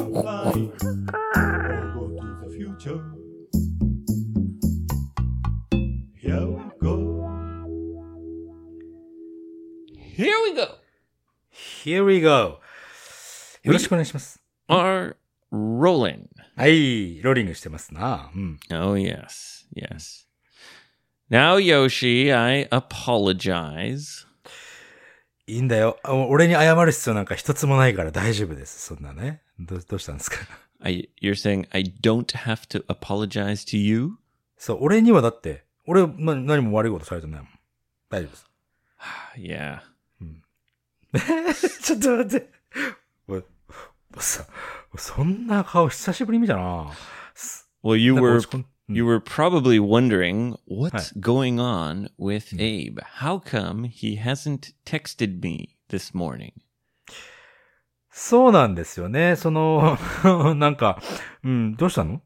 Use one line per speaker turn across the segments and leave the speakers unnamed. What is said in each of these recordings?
future. Go to the future. Here we go.
Here we go.
Here we go! よろしくお願いします。
Are rolling.
はい、ローリングしてますな。うん。
Oh, yes. Yes. Now, Yoshi, I apologize.
いいんだよ。あ俺に謝る必要なんか一つもないから大丈夫です。そんなね。どどうしたんですか
I, you're saying I don't have to apologize to you?
そう、俺にはだって、俺、な何も悪いことされてないもん。大丈夫です。
yeah.
ちょっと待って。おおさ、そんな顔久しぶり見たな。す
Well, you
なんか
were
落ち込ん
you were probably wondering what's going on with Abe. How come he hasn't texted me this morning?
そうなんですよね。その、 なんか、うん、どうしたの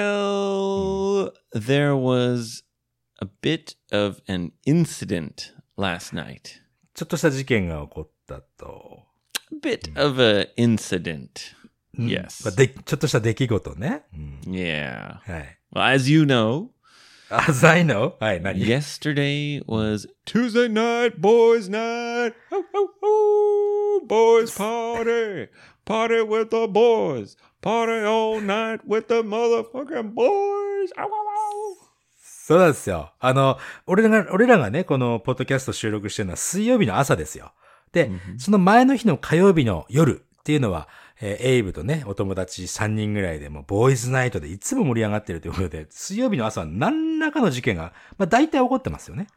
Well, there was a bit of an incident last night.
ちょっとした事件が起こったと。
A bit of a incident.
うん
Yes.
まあで、ちょっとした出来事ね。うん、
Yeah.
はい。
Well, as you know,
あ、ざいのはい、何
yesterday was Tuesday night, boys' night. Ho, ho, ho, boys' party. Party with the boys. Party all night with the motherfucking boys. Ow, ow, ow.
そうなんですよ。あの、俺らが、俺らがね、このポッドキャスト収録してるのは水曜日の朝ですよ。で、その前の日の火曜日の夜っていうのは、えーエイブとね、お友達3人ぐらいでもうボーイズナイトでいつも盛り上がってるということで、水曜日の朝は何らかの事件が、まあ大体起こってますよね。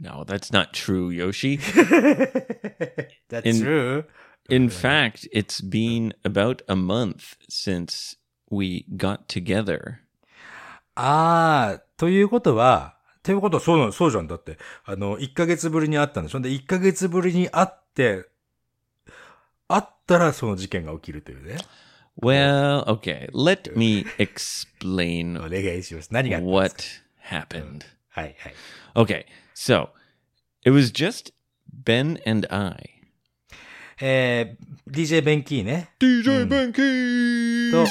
No, that's not true, Yoshi.
That's
In-
true.
In fact, it's been about a month since we got together.
ああ、ということは、ということはそうなの、そうじゃん。だって、あの、1ヶ月ぶりに会ったんでしょで、1ヶ月ぶりに会って、会ったらその事件が起きるというね。
Well, okay, let me explain
お願いします。何があったんですか
what happened.
はいはい。
Okay, so it was just Ben and I.
えー、DJ ベンキーね。
DJ
うん
Ben Key!
と、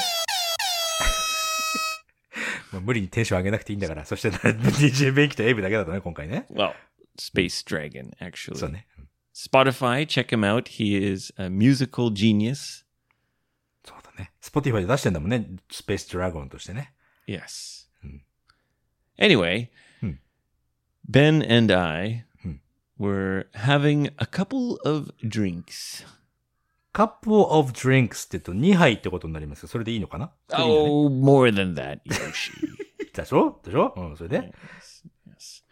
もう無理にテンション上げなくていいんだから。そして DJ ベンキーとエイブだけだったね、今回ね。
Well, Space Dragon,
そう
actually.
ね。
Spotify, check him out. He is a musical genius.
そうだね。Spotify で出してんだもんね。スペースドラゴンとしてね。
Yes.
Hmm.
Anyway,
Hmm.
Ben and I
Hmm.
were having a couple of drinks.
カップオブドリンクスって言うと2杯ってことになりますよそれでいいのかなそれでいいよね
Oh, more than that, Yoshi.
でしょでしょうん、それで
yes, yes.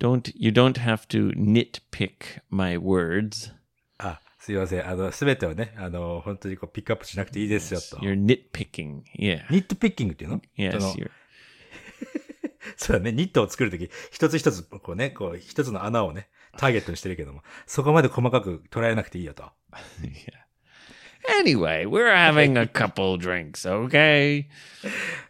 Don't you don't have to nitpick my words.
あ、すいません。あの、すべてをね、あの、本当にこう、ピックアップしなくていいですよ、と。
You're
ニ
nitpicking. Yeah.
ットピッキングっていうの
Yes.
その
You're,
そうだね、ニットを作るとき、一つ一つ、こうね、こう、一つの穴をね、ターゲットにしてるけども、そこまで細かく捉えなくていいよと。
yeah. Anyway, we're having a couple drinks, okay?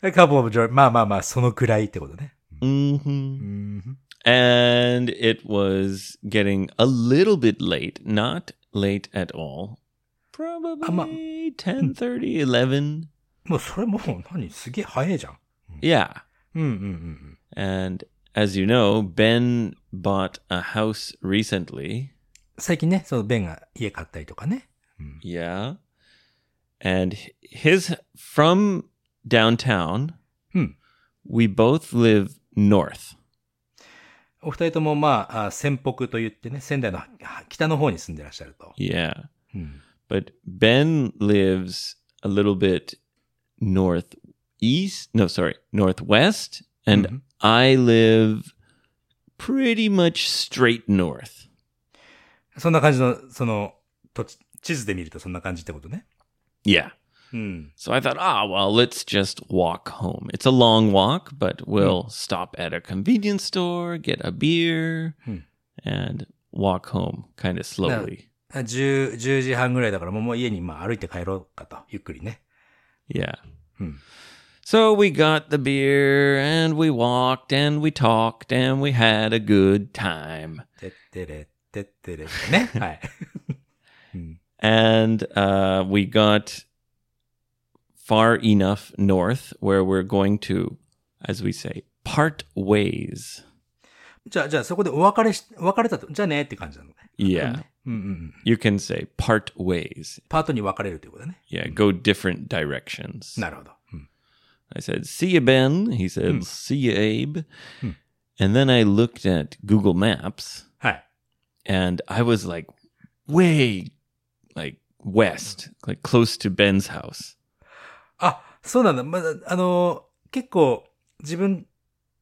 でカップオブジョイ、まあまあまあ、そのくらいってことね。
hmm
うん。
and it was getting a little bit late not late at all probably 10 30 11
もうそれもう、何すげえ早いじゃん。
yeah
うんうんうんうん。
and as you know ben bought a house recently
最近ね、そのベンが家買ったりとかね。うん、
yeah and his from downtown
Hmm.
we both live north
お二人ともまあ、あ仙北と言ってね、仙台のは北の方に住んでらっしゃると。
yeah
うん、
but Ben lives a little bit northeast. No, sorry, northwest, and
Mhm.
I live pretty much straight north.
そんな感じの、その、土地地図で見るとそんな感じってことね。
Yeah.
うん。
So I thought, ah, well, let's just walk home. It's a long walk, but we'll
Hmm.
stop at a convenience store, get a beer,
Hmm.
and walk home kind of slowly.
10, 10時半ぐらいだからもうもう家にまあ歩いて帰ろうかと。ゆっくりね。
Yeah.
Hmm.
So we got the beer and we walked and we talked and we had a good time.
てってれ、 てってれ。ね。はい。
And uh, we got far enough north where we're going to, as we say, part ways.
じゃあ、じゃあそこでお別れし、お別れたと、じゃあねって感じなのね。
Yeah.
うんうんうん。
You can say part ways.
パートに分かれるということだね。
Yeah, go different directions.
なるほど。うん、
I said, See you, Ben. He said, See you, Abe. And then I looked at Google Maps
はい。
and I was like, way like west, like close to Ben's house.
あ、そうなんだ。まだ、あのー結構、自分、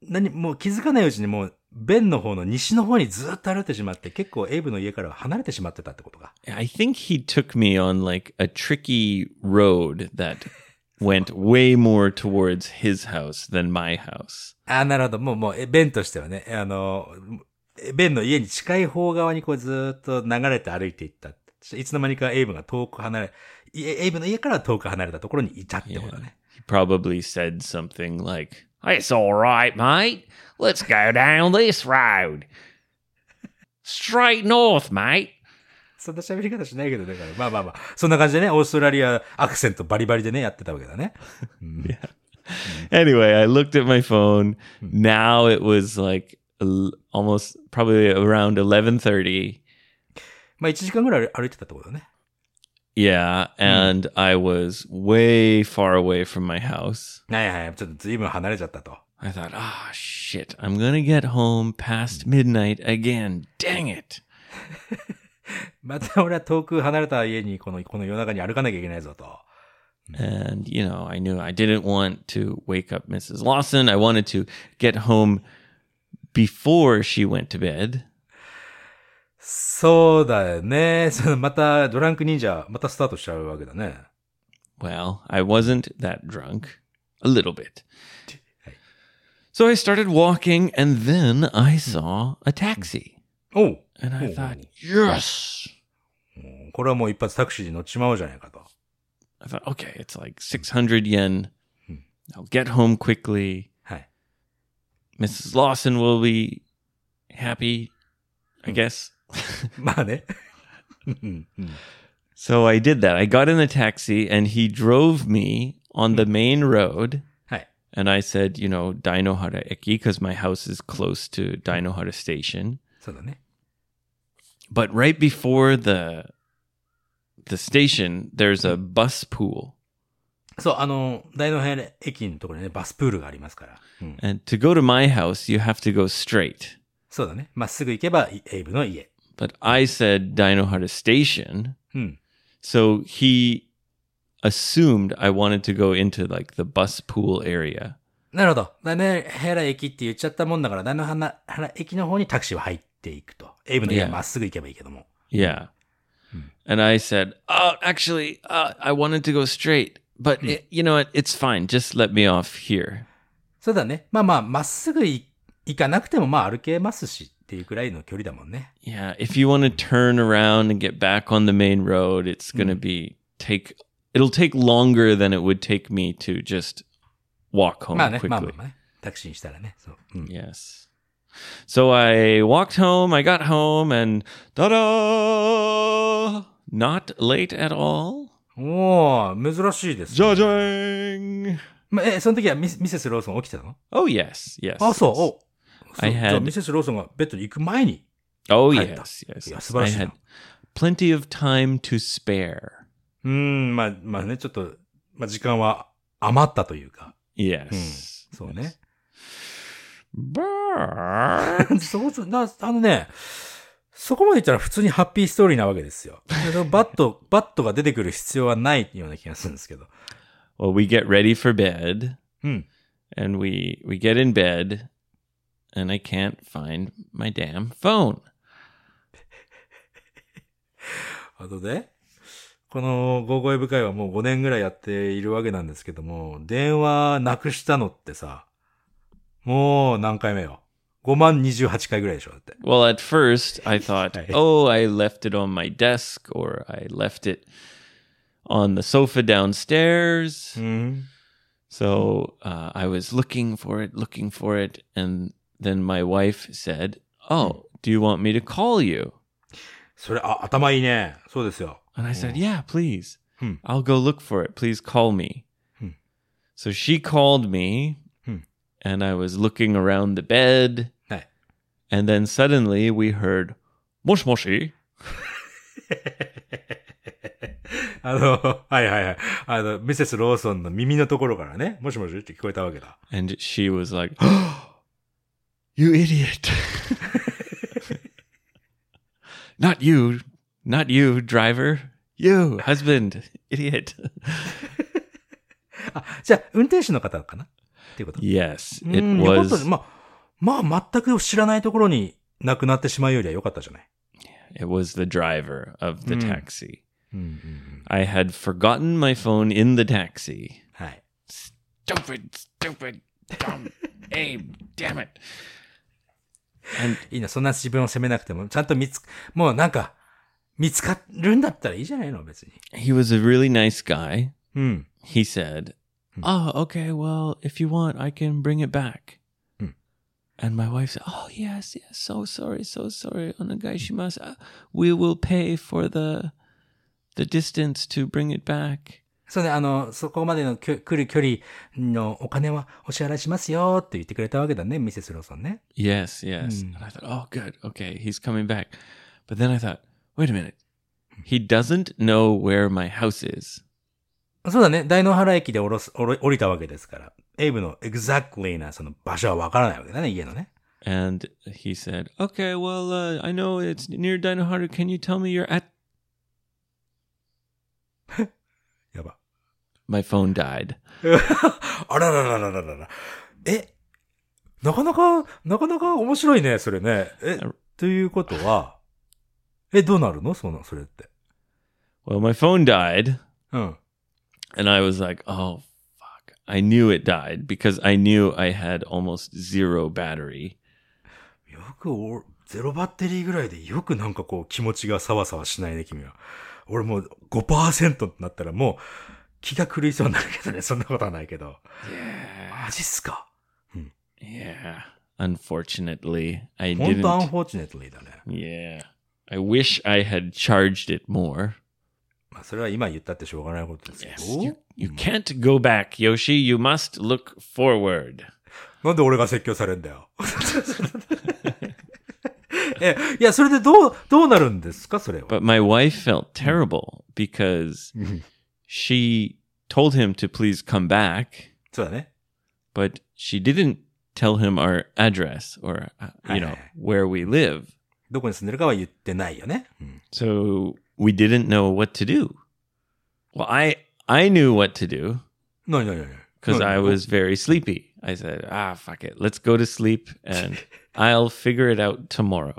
何、もう気づかないうちにもう、ベンの方の西の方にずっと歩いてしまって、結構エイブの家からは離れてしまってたってことか。
I think he took me on like a tricky road that went way more towards his house than my house.
あなるほど。もう、もう、えベンとしてはね、あのーベンの家に近い方側にこうずーっと流れて歩いていった。いつの間にかエイブが遠く離れ、いエイブの家から遠く離れたところにいたってことだね。
He probably said something like, It's all right, mate. Let's go down this road. Straight north, mate.
そんな喋り方しないけど、だから、まあまあまあ、そんな感じでね、オーストラリアアクセントバリバリでね、やってたわけだね。
Anyway, I looked at my phone. Now it was like el- almost probably around 11:30.
まあ1時間ぐらい歩いてたってことだね。
Yeah, and I was way far away from my house.
はいはい、ちょっと随分離れちゃったと。
I thought, "Ah, shit. I'm going to get home past midnight again. Dang it."
また俺は遠く離れた家にこの、この夜中に歩かなきゃいけないぞと。
And, you know, I knew I didn't want to wake up Mrs. Lawson. I wanted to get home before she went to bed.
そうだよね。そのまたドランク忍者、またスタートしちゃうわけだね。
Well, I wasn't that drunk. A little bit. So I started walking and then I saw a taxi.
おう
And I
Oh.
thought, yes.
うんこれはもう一発タクシーに乗っちまおうじゃないかと。
I thought, okay, it's like 600 yen. I'll get home quickly.
はい。
Mrs. Lawson will be happy, I guess.
まあね。うんうん、
So I did that. I got in a taxi and he drove me on the main road.
はい。
And I said, you know, Dainohara Eki, because my house is close to Dainohara Station.
そうだね。
But right before the the station, there's a bus pool.
そう、あの、大の平駅のところにね、バスプールがありますから。うん、
And to go to my house, you have to go straight.
そうだね。まっすぐ行けば、いエイブの家。
But I said Dainohara Station.
うん。
So he assumed I wanted to go into like the bus pool area.
なるほど。大の平駅って言っちゃったもんだから、大の原駅の方にタクシーは入っていくと。エイブの家は
Yeah.
まっすぐ行けばいいけども。
Yeah. And I said, "Oh, actually, uh, I wanted to go straight, but it, you know what? It's fine. Just let me off here."
そうだね。まあまあ、まっすぐい行かなくても、まあ歩けますしっていうくらいの距離だもんね。
Yeah, if you want to turn around and get back on the main road, it's going to be take it'll take longer than it would take me to just walk home
まあね、まあま
quickly.
あまあね。タクシーにしたらね。そう。うん、
Yes. So I walked home, I got home and ta-da! Not late at all.
おー、珍しいです、ね。
Judging.
まあ、え、その時はミスミセス・ローソン起きてたの
Oh yes, yes.
あ、そう。
yes.
おそう
I
じ
had-
ゃあミセス・ローソンがベッドに行く前に。
Oh
Hayatta. Yeah,
yes, yes. yes. I
素晴らしいな。
had plenty of time to spare.
うーん、まあまあね、ちょっと、まあ時間は余ったというか。
Yes.
そうね。
Brrr.
そうそう、な、あのね、そこまで言ったら普通にハッピーストーリーなわけですよ。でもバット、バットが出てくる必要はないような気がするんですけど。
Well, we get ready for bed.
うん。
and we we get in bed and I can't find my damn phone.
あとで、この、ゴーゴイ部会はもう5年ぐらいやっているわけなんですけども、電話なくしたのってさ、もう何回目よ。5万28回ぐらいでしょ、だって。
Well, at first I thought,
Right.
"Oh, I left it on my desk or I left it on the sofa downstairs."
ん。
So, uh, I was looking for it, looking for it, and then my wife said,
Hmm.
"Oh, do you want me to call you?"
それ、あ、頭いいね。そうですよ。
And I said, "Yeah, please.
Oh. Hmm.
I'll go look for it. Please call me."
Hmm.
So she called me,
Hmm.
and I was looking around the bed,
はい。
and then suddenly we heard, Mosh Moshi.
あの、はいはいはい。あの、ミセス・ローソンの耳のところからね、もしもしって聞こえたわけだ。
And she was like, You idiot. not you, not you, driver. You, husband, idiot.
あ、じゃあ、運転手の方かなっていうこと
yes,
う
it
んよかったね
was.
まあ、まあ、全く知らないところに亡くなってしまうよりはよかったじゃない。
It was the driver of the
Mm.
taxi.
うんうんうん。
I had forgotten my phone in the taxi.
はい。
Stupid, stupid, dumb, Abe, damn it. And
いいな、そんな自分を責めなくても、ちゃんと見つ、もうなんか、見つかるんだったらいいじゃないの、別に。
he was a really nice guy.
うん。
He said,
Hmm.
Oh, okay, well, if you want, I can bring it back.
Hmm.
And my wife said, Oh, yes, yes, so sorry, so sorry, onegaishimasu. Uh, We will pay for the the distance to bring it back.
そうね、あの、そこまでのきょ来る距離のお金はお支払いしますよって言ってくれたわけだね、ミセスローソンね。
Yes, yes.
Hmm.
And I thought, Oh, good, okay, he's coming back. But then I thought, Wait a minute.
Hmm.
He doesn't know where my house is.
そうだね、大野原駅で降ろす、降ろ降りたわけですから。エイブの exactly なその場所はわからないわけだね、家のね。
And he said, Okay, well, uh, I know it's near Dinoharu. Can you tell me you're at.
や ば。
My phone died.
あららららららら。え、なかなか、なかなか面白いね、それね。え、ということは、え、どうなるのその、それって。
Well, my phone died.
うん。
And I was like, oh, fuck. I knew it died because I knew I had almost zero battery.
よくお、ゼロバッテリーぐらいでよくなんかこう気持ちがさわさわしないね、君は。俺もう5%になったらもう気が狂いそうになるけどね、そんなことはないけど。
Yeah.
マジっすか
Yeah. Unfortunately, I
ほんとアン
didn't.
フォーチュネットリーだね。
Yeah. I wish I had charged it more.
まあそれは今言ったってしょうがないことですよ。
You, you can't go back, Yoshi. You must look forward.
なんで俺が説教されんだよ。 え、いや、それでどう、どうなるんですかそれは。
But my wife felt terrible because she told him to please come back.
そうだね。
but she didn't tell him our address or uh, you know
Right.
where we live
どこに住んでるかは言ってないよね。うん、
so we didn't know what to do well i i knew what to do
何何何
because i was very sleepy i said ah fuck it let's go to sleep and i'll figure it out tomorrow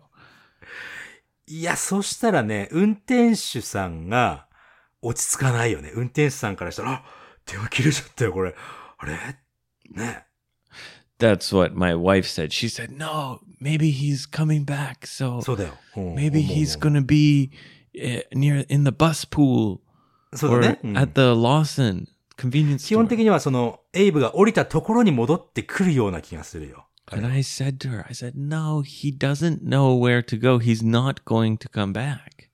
いや、そしたらね、運転手さんが落ち着かないよね。運転手さんからしたら、あ電話切れちゃったよ、これ。あれね。
that's what my wife said she said no maybe he's coming back so
そうだよ。うん
maybe
うん
he's gonna be uh, near in the bus pool
そう
or
だね。うん
at the lawson convenience
基本
store
的にはその、エイブが降りたところに戻ってくるような気がするよ。
And I said to her, I said, no, he doesn't know where to go. He's not going to come back.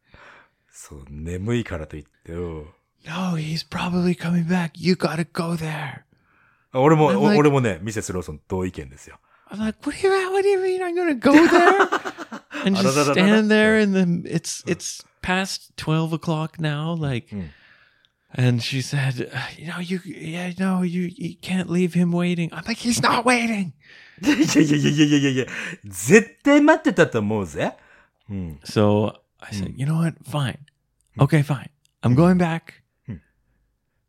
そう、眠いからといってよ。
No, he's probably coming back. You got to go there.
あ俺も、
I'm
お
like-
俺もね、ミセスローソン同意見ですよ。
I'm like, what do you, what do you mean I'm going to go there? and just stand there and then it's, it's past 12 o'clock now. Like,
Mm.
and she said, "Uh, you know, you, yeah, no, you, you can't leave him waiting. I'm like, he's not waiting.
いやいやいやいやいやいやいや、絶対待ってたと思うぜ。うん。
So I said,
Mm.
you know what? Fine. Okay, fine. I'm going back.
Mm.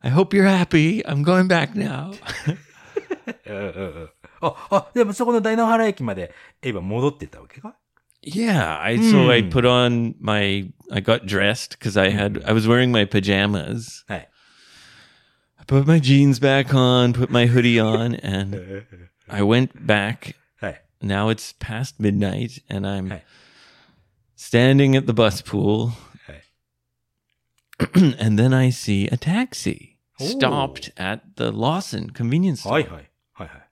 I hope you're happy. I'm going back now.
あ、あ、でもそこの大野原駅まで、エイブは戻ってったわけか
yeah. I so I
Mm.
put on my I got dressed because I had I was wearing my pajamas.
Hey.
I put my jeans back on, put my hoodie on, and
は
I went back.
い。
Now it's past midnight and I'm
Hey.
standing at the bus pool.
Hey.
and then I see a taxi stopped at the Lawson convenience store.
はいはい。はいはい。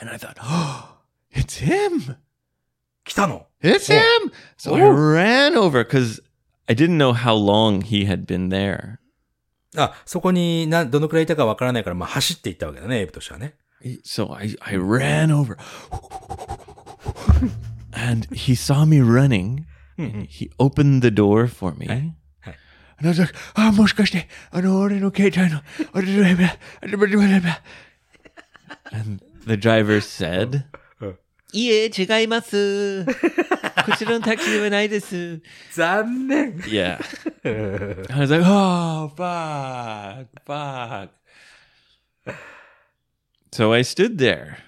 And I thought, oh, it's him.
来たの
It's
Oh.
him. So I
Oh.
ran over because I didn't know how long he had been there.
あ、そこにな、どのくらいいたかわからないから、まあ走っていったわけだね、エイブとしては ね。
So I, I ran over. and he saw me running. and he opened the door for me. And I was like, ah, もしかして、あの、俺の携帯の、And the driver said,
うん。
いいえ、違います。こちらのタクシーはないです。
残 念
Yeah. I was like, oh, fuck, fuck. So I stood there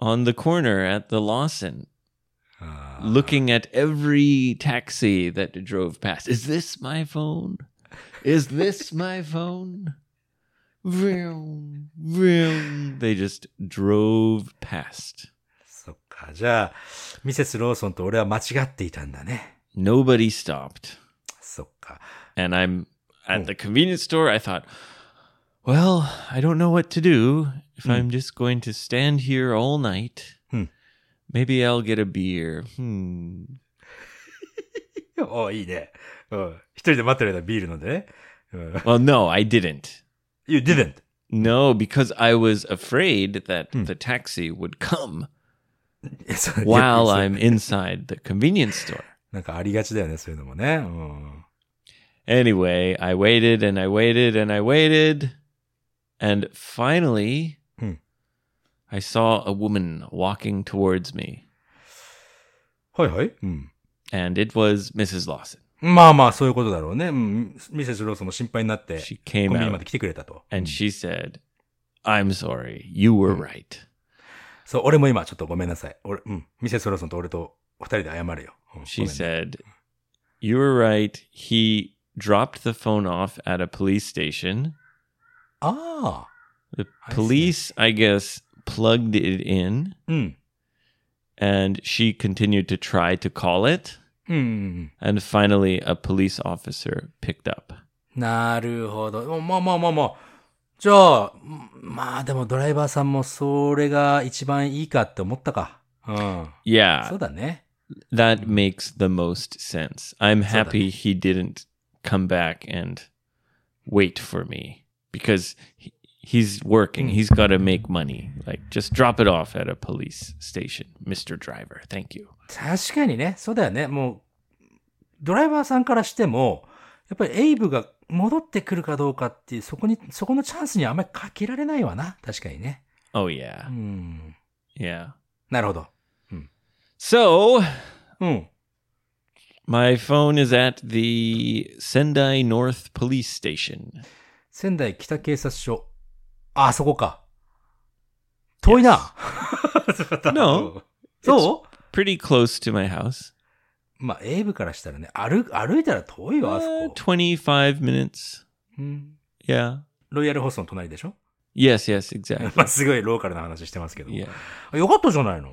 on the corner at the Lawson, looking at every taxi that drove past. Is this my phone? Is this my phone? Vroom, vroom. They just drove past.
そっか、じゃあ、ミセス・ローソンと俺は間違っていたんだね。
Nobody stopped.
そっか。
and I'm
Hmm.
at the convenience store. I thought, well, I don't know what to do if I'm just going to stand here all night.
Hmm.
Maybe I'll get a beer. Hmm.
おいいね。うん。一人で待ってる間ビール飲んでね。うん。
Well, no, I didn't.
You didn't.
No, because I was afraid that
Hmm.
the taxi would come
そう
while I'm inside the convenience store.
なんかありがちだよね、そういうのもね。うん。
Anyway, I waited and I waited and I waited. And finally,
Hmm.
I saw a woman walking towards me.
はいはい。うん。
and it was Mrs. Lawson.
まあまあ、そういうことだろうね。うん。ミセス・ローソンも心配になって、
She
コン
came
ビニまで
out
来てくれたと。
and she said, I'm sorry, you were right.
そう、俺も今ちょっとごめんなさい。俺、うん。ミセス・ローソンと俺と二人で謝るよ。うんご
She
めんね
said, You were right. He dropped the phone off at a police station.
ああ。
The
I see.
police, I guess, plugged it in
うん。
and she continued to try to call it.
うんうんうん。
And finally, a police officer picked up.
なるほど。まあまあまあまあ。じゃあ、うんまあでもドライバーさんもそれが一番いいかって思ったか。うん。
Yeah,
そうだね。
that makes the most sense. I'm
So that-
happy he didn't come back and wait for me because he, he's working. He's got to make money. Like, just drop it off at a police station, Mr. Driver. Thank you.
確かにね、そうだよね。もう、ドライバーさんからしても、やっぱりエイブが戻ってくるかどうかっていう、そこに、そこのチャンスにはあんまりかけられないわな。確かにね。
Oh,
う
yeah.
ん。
Yeah.
なるほど。
So,
うん。
my phone is at the Sendai North Police Station.
仙台北警察署。あ、そこか。遠い な。
No.
そう
Pretty close to my house.
まあ、エイブからしたらね、歩、歩いたら遠いわ、あそ
Uh,
こ。
25 minutes.
うん、
Yeah.
ロイヤルホストの隣でしょ
Yes, yes, exactly.
まあ、すごいローカルな話してますけど。
Yeah.
よかったじゃないの。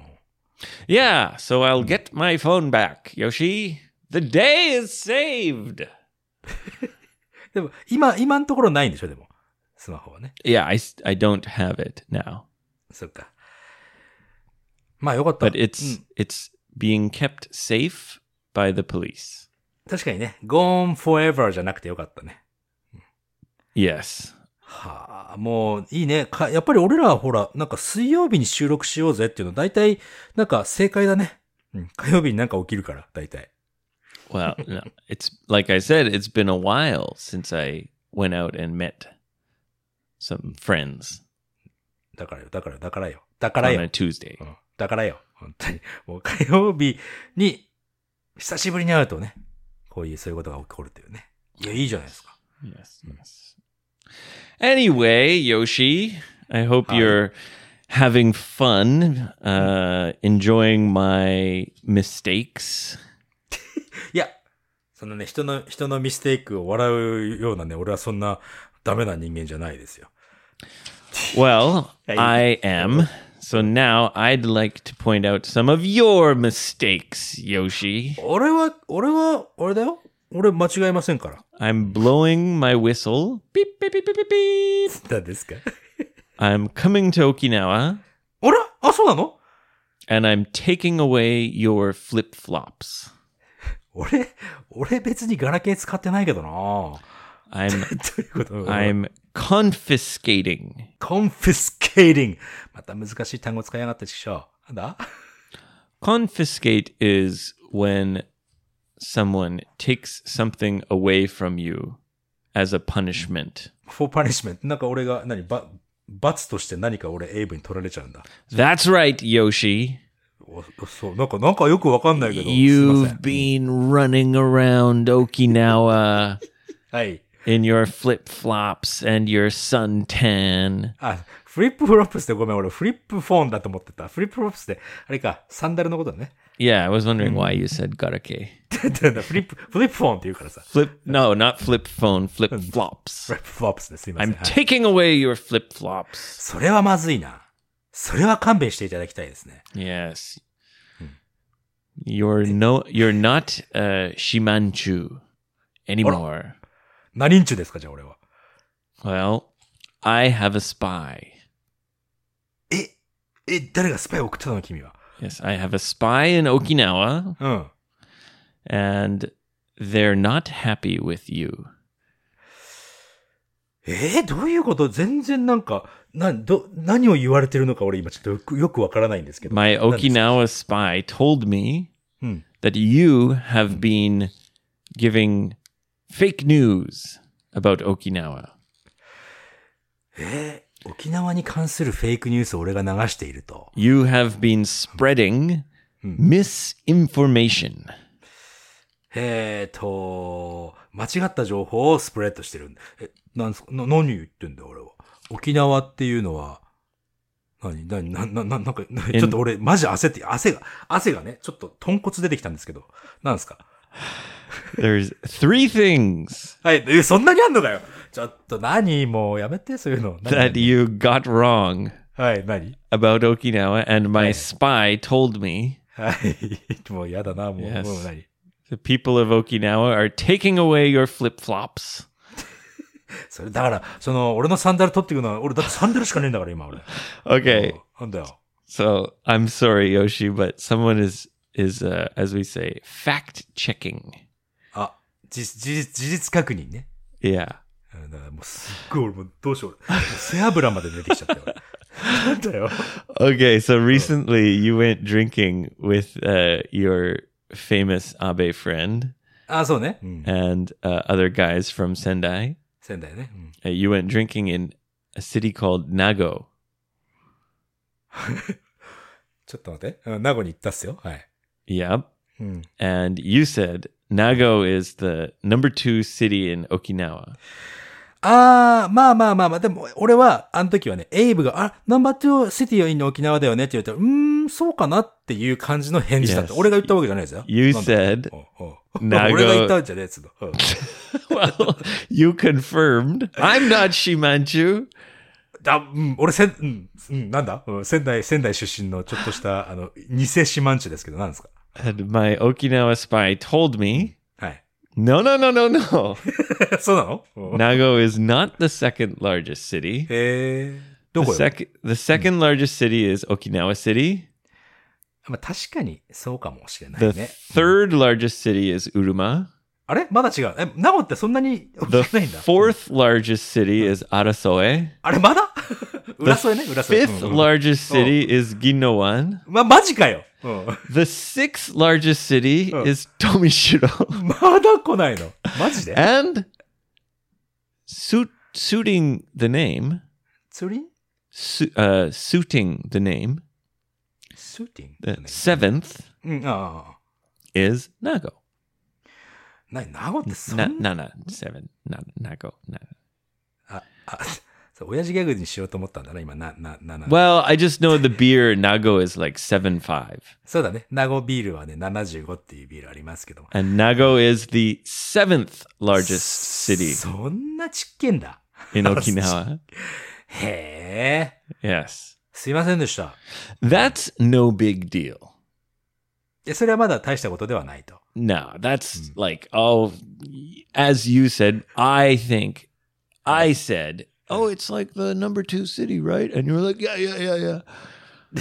Yeah, so I'll get my phone back, Yoshi. The day is saved.
でも、今、今のところないんでしょ、でも。スマホはね。
Yeah, I, s- I don't have it now,
そっか。まあよかった。
but it's
うん
it's being kept safe by the police.
確かにね、gone forever じゃなくてよかったね。
Yes.
はあ、もういいね。かやっぱり俺らはほら、なんか水曜日に収録しようぜっていうの、大体、なんか正解だね。うん、火曜日になんか起きるから、大体。
Well, no, it's like I said, it's been a while since I went out and met some friends
だからよ、だからよ、だからよ。だから
on
よ
a。Tuesday.
うんだからよ。本当に。もう火曜日に、久しぶりに会うとね、こういう、そういうことが起こるというね。いや、いいじゃないですか。
Yes,
Hmm.
yes. Anyway, Yoshi, I hope
Hi.
you're having fun, uh, enjoying my mistakes.
いや、そのね、人の、人のミステイクを笑うようなね、俺はそんなダメな人間じゃないですよ。
Well,
Hey.
I am. So now I'd like to point out some of your mistakes, Yoshi.
俺は、俺は、俺だよ。俺間違いませんから。
I'm blowing my whistle. Beep, beep, beep, beep, beep, beep.
何ですか
I'm coming to Okinawa
あらあ、そうなの
and I'm taking away your flip flops.
俺、俺別にガラケー使ってないけどな
I'm
ということを
I'm confiscating.
confiscating。また難しい単語使いやがったでしょ。なんだ
Confiscate is when someone takes something away from you as a punishment.
for punishment。なんか俺が、何ば罰として何か俺エイブに取られちゃうんだ。
That's right, Yoshi.
おおそう、なんか、なんかよくわかんないけど。すいませ
You've
ん
been running around Okinawa
はい。
in your flip flops and your suntan.
あ、フリップフロップスってごめん、俺フリップフォンだと思ってた。フリップフロップスって、あれか、サンダルのことだね。
Yeah, I was wondering why you said garake.
だってフリップ、フリップフォンって言うからさ。フ
Flip, no, not flip phone, flip flops.
リップフロップスです。すいません。
I'm
はい
taking away your flip flops.
それはまずいな。それは勘弁していただきたいですね。
Yes. You're no you're not uh Shimanchu anymore.
何んちゅですか、じゃあ俺は。
Well, I have a spy.
え、え、誰がスパイを送ってたの、君は。
Yes, I have a spy in Okinawa
うん。
and they're not happy with you.
えーどういうこと全然なんか、な、ど、何を言われてるのか俺今ちょっとよくよくわからないんですけど。
My
何ですか
Okinawa spy told me
うん。
that you have been giving fake news about Okinawa.
えー沖縄に関するフェイクニュースを俺が流していると。
You have been spreading misinformation.
えーと、間違った情報をスプレッドしてるんだ。え、なんすかな、何言ってんだよ俺は。沖縄っていうのは、何、何、な、な、な、なんか、なちょっと俺、マジ焦って、汗が、汗がね、ちょっと、豚骨出てきたんですけど、なんですか
There's three things
はい、え、そんなにあんのかよちょっと何もうやめて、そういうの。何
that you got wrong
はい、何
about Okinawa, and my spy told me
はい、もうやだな、もう、
Yes.
もう何
the people of Okinawa are taking away your flip flops.
それ、だから、その、俺のサンダル取っていくのは、俺だってサンダルしかねえんだから、今俺。
Okay,
なんだよ。
so I'm sorry, Yoshi, but someone is is uh, as we say fact checking.
あ、じ事実、事実確認ね。
Yeah.
うんだからもうすっごい俺もうどうしよう俺。もう背脂まで出てきちゃったよ。俺なんだよ。
Okay, so recently you went drinking with uh, your famous Abe friend
あ、そうね。うん、
and uh, other guys from Sendai.
仙台ね。うん、
Uh, you went drinking in a city called Nago.
ちょっと待って。うん名護に行ったっすよ。はい。
Yep.
うん、
And you said Nago is the number two city in Okinawa.
あー、まあまあまあまあ、でも俺は、あの時はね、エイブが、あ、ナンバー2シティイン沖縄だよねって言われたら、うーん、そうかなっていう感じの返事だった。
Yes.
俺が言ったわけじゃないですよ。
You
なんだ
said,
おうおう
Nago-
俺が言ったんじゃねえっつうの。うん
well, you confirmed, I'm not Shimanchu.
だ、うん、俺、せん、うん、うん、なんだ、うん仙台、仙台出身のちょっとした、あの、偽四万中ですけど、なんですか
And my Okinawa spy told me,
はい。
no, no, no, no, no.
そうなのうん
Nago is not the second largest city.
へえ。ど
The,
こよ
sec- the second largest city is Okinawa City.
まあ、確かにそうかもしれな
The
いね。
third largest city is Uruma.
あれまだ違う。え、名護ってそんなに大き
The
くないんだ。
fourth largest city is Arasoe.
あれまだ 裏添えね、裏添え。
Fifth
うんうん
largest city is Ginowan.
ま、マジかよ。うん、
The sixth largest city is Tomishiro.
まだ来ないの。マジで
and suit, suiting the name,
釣り
su- uh, suiting the name,
シューティング
the seventh
うん、ああ。
is Nago.
ない、名護ってそん
Na,
な。
na, na, seven. Na, Nago. Na.
あ、あ、そう、親父ギャグにしようと思ったんだな、今、な、な、な、な。
Well, I just know the beer Nago is like seven five,
そうだね。名護ビールはね、75っていうビールありますけども。
and Nago is the seventh largest city
そんなちっけんだ。
in Okinawa.
へえ。
Yes,
すいませんでした。
that's no big deal.
いや、それはまだ大したことではないと。
No, that's like, oh, as you said, I think I said, oh, it's like the number two city, right? And you were like, yeah, yeah, yeah, yeah.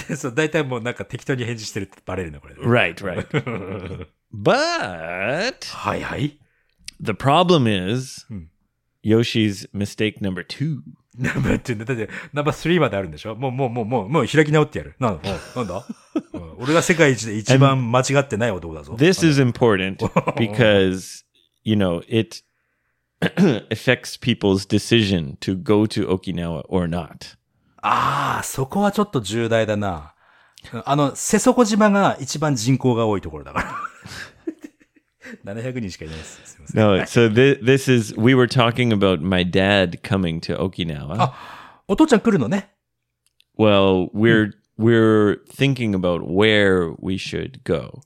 で、 そう、大体もうなんか適当に返事してるってバレるね、これね。
Right, right. but
はいはい。
the problem is
Hmm.
Yoshi's mistake number two.
ナンバー2ね。だって、ナンバー3まであるんでしょもう、もう、もう、もう、もう開き直ってやる。なんだ、おなんだ、うん俺が世界一で一番間違ってない男だぞ。
This is important because, you know, it affects people's decision to go to Okinawa or not.
ああ、そこはちょっと重大だな。うんあの、瀬底島が一番人口が多いところだから。700人し かいないです。すいません。
No, so thi- this is, we were talking about my dad coming to Okinawa.
お父ちゃん来るのね。
Well, we're we're thinking about where we should go.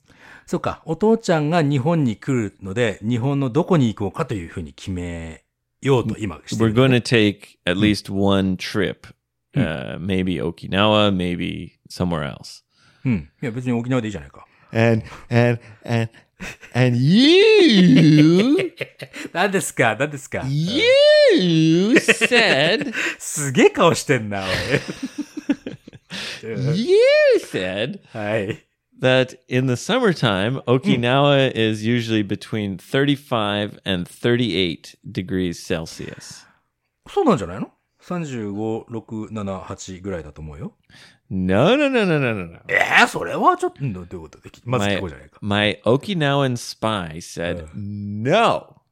そっか。お父ちゃんが日本に来るので、日本のどこに行こうかというふうに決めようと今して
We're
る。
going to take at least one trip, uh, maybe Okinawa, maybe somewhere else.
うん。いや、別に沖縄でいいじゃないか。
And and and and you
何ですか何です
Uh.
か
you said
すげえ顔してんな、おいうん
you said
はい。
that in the summertime Okinawa is usually between 35 and 38 degrees Celsius.
そうなんじゃないの ?35、6、7、8ぐらいだと思うよ。
No, no, no, no, no, no, no.
ええそれはちょっと、うんどういうことでまず聞こうじゃないか。
My Okinawan spy said, no,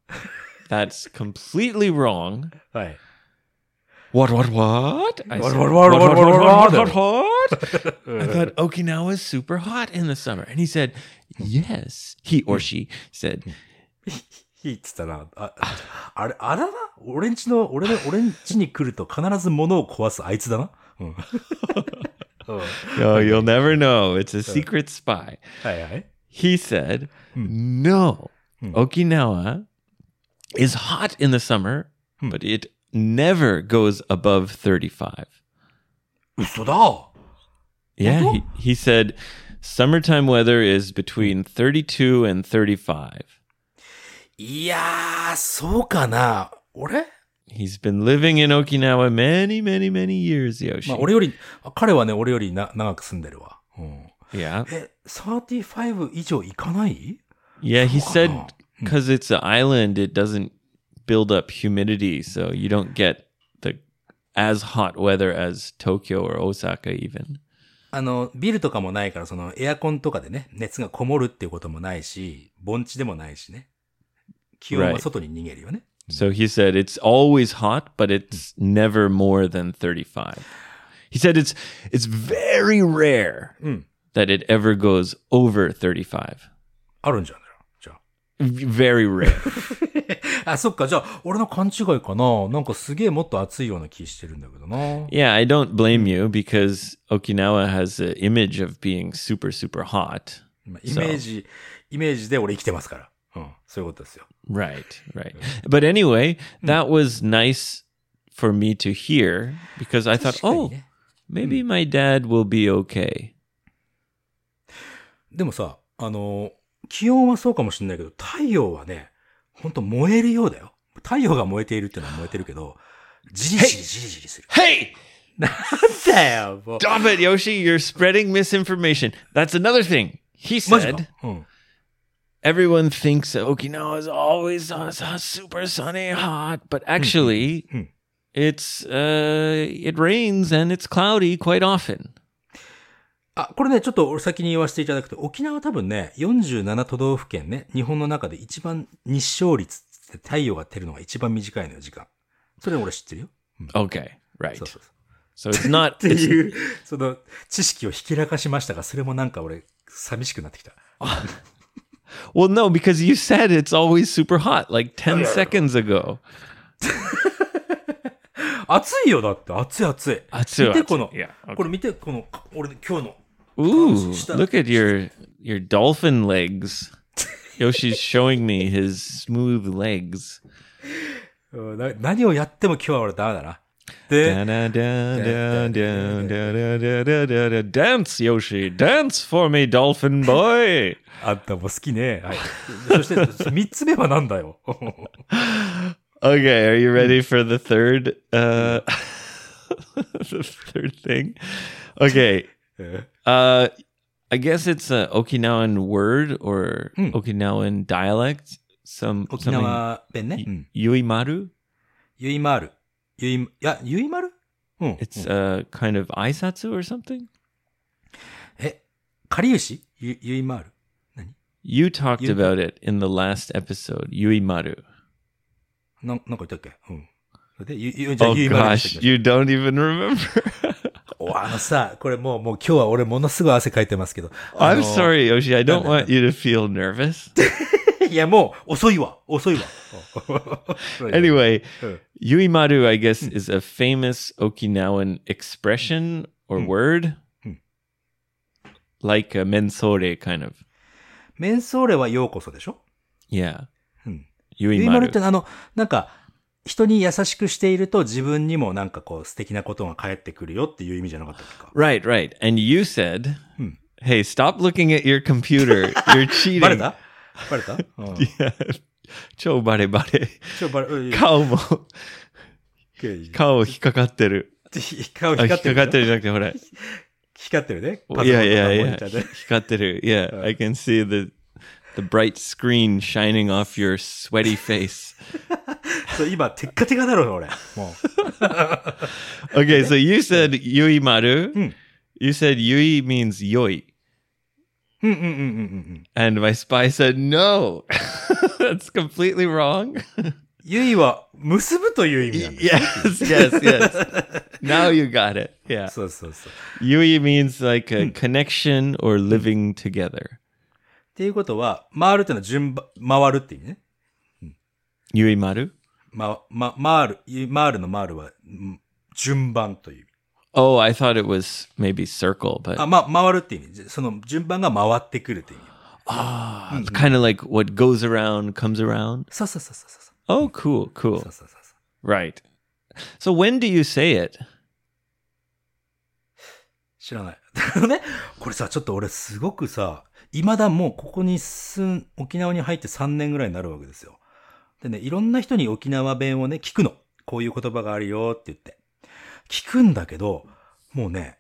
that's completely wrong.
はい。
What, what, what? I
What,
said,
what, what, what, what, what,
what, what, what? I thought Okinawa is super hot in the summer. And he said, yes. He or she said,
いいっつったな。あ、あれ、あれだな俺んちの、俺の、俺んちに来ると必ず物を壊すあいつだな。 うん。うんは
no, you'll never know. It's a secret spy.
いはい。
He said, no,
Hmm.
Okinawa is hot in the summer, but it never goes above 35.
嘘だ
Yeah,
Pardon?
he, he said summertime weather is between 32 and 35.
いやー、そうかな。俺
He's been living in Okinawa many, many, many years, Yoshi.
まあ、俺より、あ彼はね、俺よりな長く住んでるわ。うん。
yeah.
え、35以上行かない
Yeah, he
Wow.
said because it's an island, it doesn't build up humidity, so you don't get the as hot weather as Tokyo or Osaka even.
あの、ビルとかもないから、その、エアコンとかでね、熱がこもるっていうこともないし、盆地でもないしね。気温
Right.
は外に逃げるよね。
So he said it's always hot, but it's never more than 35. He said it's it's very rare
Mm.
that it ever goes over 35.
あるんじゃないじゃあ。
V- Very rare.
あ、 そっか。じゃあ、俺の勘違いかな。なんかすげえもっと暑いような気してるんだけどな。
yeah, I don't blame you because Okinawa has an image of being super super hot.
まあイメージ、イメージで俺生きてますから。うん。そういうことですよ。
Right, right. Hmm. But anyway, that was nice for me to hear because I
確
thought,
かに
"Oh,
ね
maybe my dad will be okay."
でもさ、あの、気温はそうかもしれないけど、太陽はね、ほんと燃えるようだよ。太陽が燃えているっていうのは燃えてるけど、じりじりじりじりする。
Hey,
なんだよ、もう。
Stop it, Yoshi. You're spreading misinformation. That's another thing. He
マジか
said
うん。
everyone thinks that Okinawa is always uh, su- super sunny, hot, but actually,
mm.
it's uh, it rains and it's cloudy quite often.
あ、これね、ちょっと俺先に言わせていただくと、沖縄多分ね、47都道府県ね、日本の中で一番日照率って太陽が照るのが一番短いのよ、時間。それ俺知ってるよ。
Okay, right.
そうそうそう。
So it's not.
って
It's,
いう、その、知識をひきらかしましたが、それもなんか俺、寂しくなってきた。
well, no, because you said it's always super hot like ten seconds ago.
暑いよ、だって。暑い暑い。
Atsu,
見て
atsu.
この、
Yeah, okay.
これ見て、この、か俺の今日の。
Ooh,
Stop.
look at your your dolphin legs. Yoshi's showing me his smooth legs.
うんな何をやっても今日は俺ダメだな。で、
Dance, Yoshi. Dance for me, dolphin boy.
あんたも好き ね。はい。そして、三つ目はなんだよ。
Okay, are you ready for the third uh the third thing? Okay.
え
Uh I guess it's an Okinawan word or
Hmm.
Okinawan dialect. Some
沖
something
縄弁ね。うん
Yuimaru?
ゆいまる。ゆい、いや、ゆいまるうん。
It's a kind of aisatsu or something.
え、かりゆしゆ、ゆいまる。
You talked
You-
about it in the last episode, Yuimaru.
なん、なんか言ったっけうん。で、ゆ、ゆ、じゃあ
Oh
ゆいまるにして
gosh,
くれ。
you don't even remember.
おあのさ、これもう、もう今日は俺ものすごい汗かいてますけど。あ
I'm
の
sorry, Yoshi. I don't
no,
want you to feel nervous.
いや、もう、遅いわ。遅い わ。
anyway,
うん。
Yuimaru, I guess,
Hmm.
is a famous Okinawan expression
Hmm.
or word,
Mm.
like a mensore kind of.
メンソーレはようこそでしょ
Yeah,
うん。ゆいまるっ
Yuimaru.
てあの、なんか、人に優しくしていると自分にもなんかこう素敵なことが返ってくるよっていう意味じゃなかったっけか。
Right, right. And you said,
Hmm.
"Hey, stop looking at your computer. You're cheating."
バレたバレたうん。
Yeah. 超バレバレ。
ちょ、バレ、うん
顔も、 顔引っかかってる。
顔
あ
光
引っ
って
か
る。
かってるじゃなくて、ほら。い
光ってるね。パソコンとか
やいやい
モニ
や
ターで、
光 ってる。Yeah, I can see the, the bright screen shining off your sweaty face.
そう、今、テッカテカだろうな、俺。も
Okay, so you said yui maru.
Hmm.
You said yui means yoi.
う。うんうんうんうんうん。
And my spy said, no, that's completely wrong.
ゆいは、結ぶという意味なんだ。
yes, yes, yes. now you got it. Yeah. Hmm.
そうそうそう。っ
Yui means like a connection or living together.
ていうことは、回るってのは順番、回るって意味ね。
Yui maru?
ま、ま、回る、ゆ回るの回るは、ん順番という意味。
Oh, I thought it was maybe circle, but
あ、ま、回るって意味じゃ。その順番が回ってくるって意味。
ah, it's kind of like what goes around comes around.
そうそうそうそうそう。
Oh,
そ
cool, cool.
うそうそうそう。
Right. So when do you say it?
知らない。 あのね、これさ、ちょっと俺すごくさ、未だもうここに住ん、沖縄に入って3年ぐらいになるわけですよ。でね、いろんな人に沖縄弁をね、聞くの。こういう言葉があるよって言って。聞くんだけど、もうね、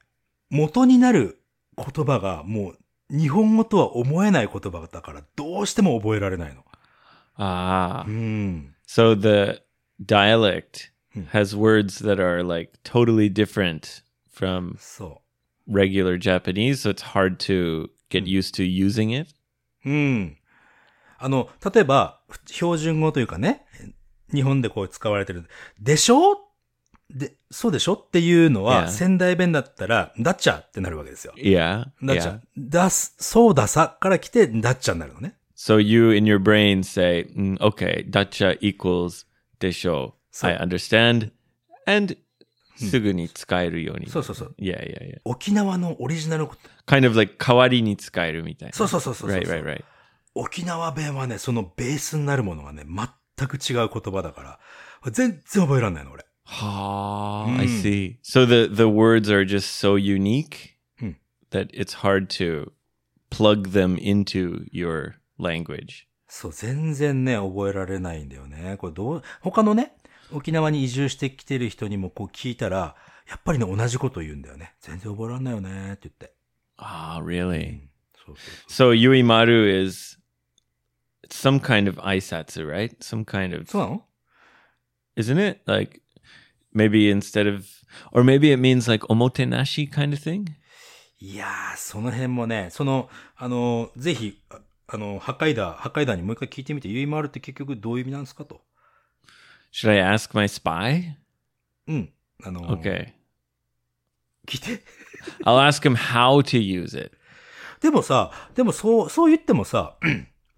元になる言葉がもう日本語とは思えない言葉だからどうしても覚えられないの。
Ah.
うん。
So the dialect
Hmm.
has words that are like totally different from
そ
regular Japanese, so it's hard to
Hmm.
get used to using it.
う。うん。あの、例えば、ふ標準語というかね、日本でこう使われてる、でしょで、そうでしょっていうのは、
Yeah.
仙台弁だったら、だっちゃってなるわけですよ。
Yeah.
だっち
yeah.
ゃ。だす、そうださから来て、だっちゃになるのね。
So you in your brain say, mm, okay, dacha equals desho.
So- Hmm.
I understand. And すぐに使えるように。
そうそうそう。
Yeah, yeah, yeah.
沖縄のオリジナルこと。
Kind of like 代わりに使えるみたいな。
そうそうそうそうそう。
Right, right, right.
沖縄弁はね、そのベースになるものがね、全く違う言葉だから、全然覚えられないの、俺。
Ha,
Mm.
I see. So the the words are just so unique
Hmm.
that it's hard to plug them into your language.
そう、全然ね、覚えられないんだよね。これどう、他のね、沖縄に移住してきてる人にもこう聞いたら、やっぱりね、同じこと言うんだよね。全然覚えられないよね、って言って。
Ah,
う
really?
んそうそうそう
So yuimaru is some kind of aisatsu, right? Some kind of
そうなの
isn't it? Like maybe instead of or maybe it means like omotenashi kind of thing.
いやー、その辺もね、その、あの、ぜひ、ああの、ハッカイダー、ハッカイダーにもう一回聞いてみて、ゆいまるって結局どういう意味なんですかと。
Should I ask my spy?
うん。あの、
Okay.
聞いて。
I'll ask him how to use it.
でもさ、でもそう、そう言ってもさ、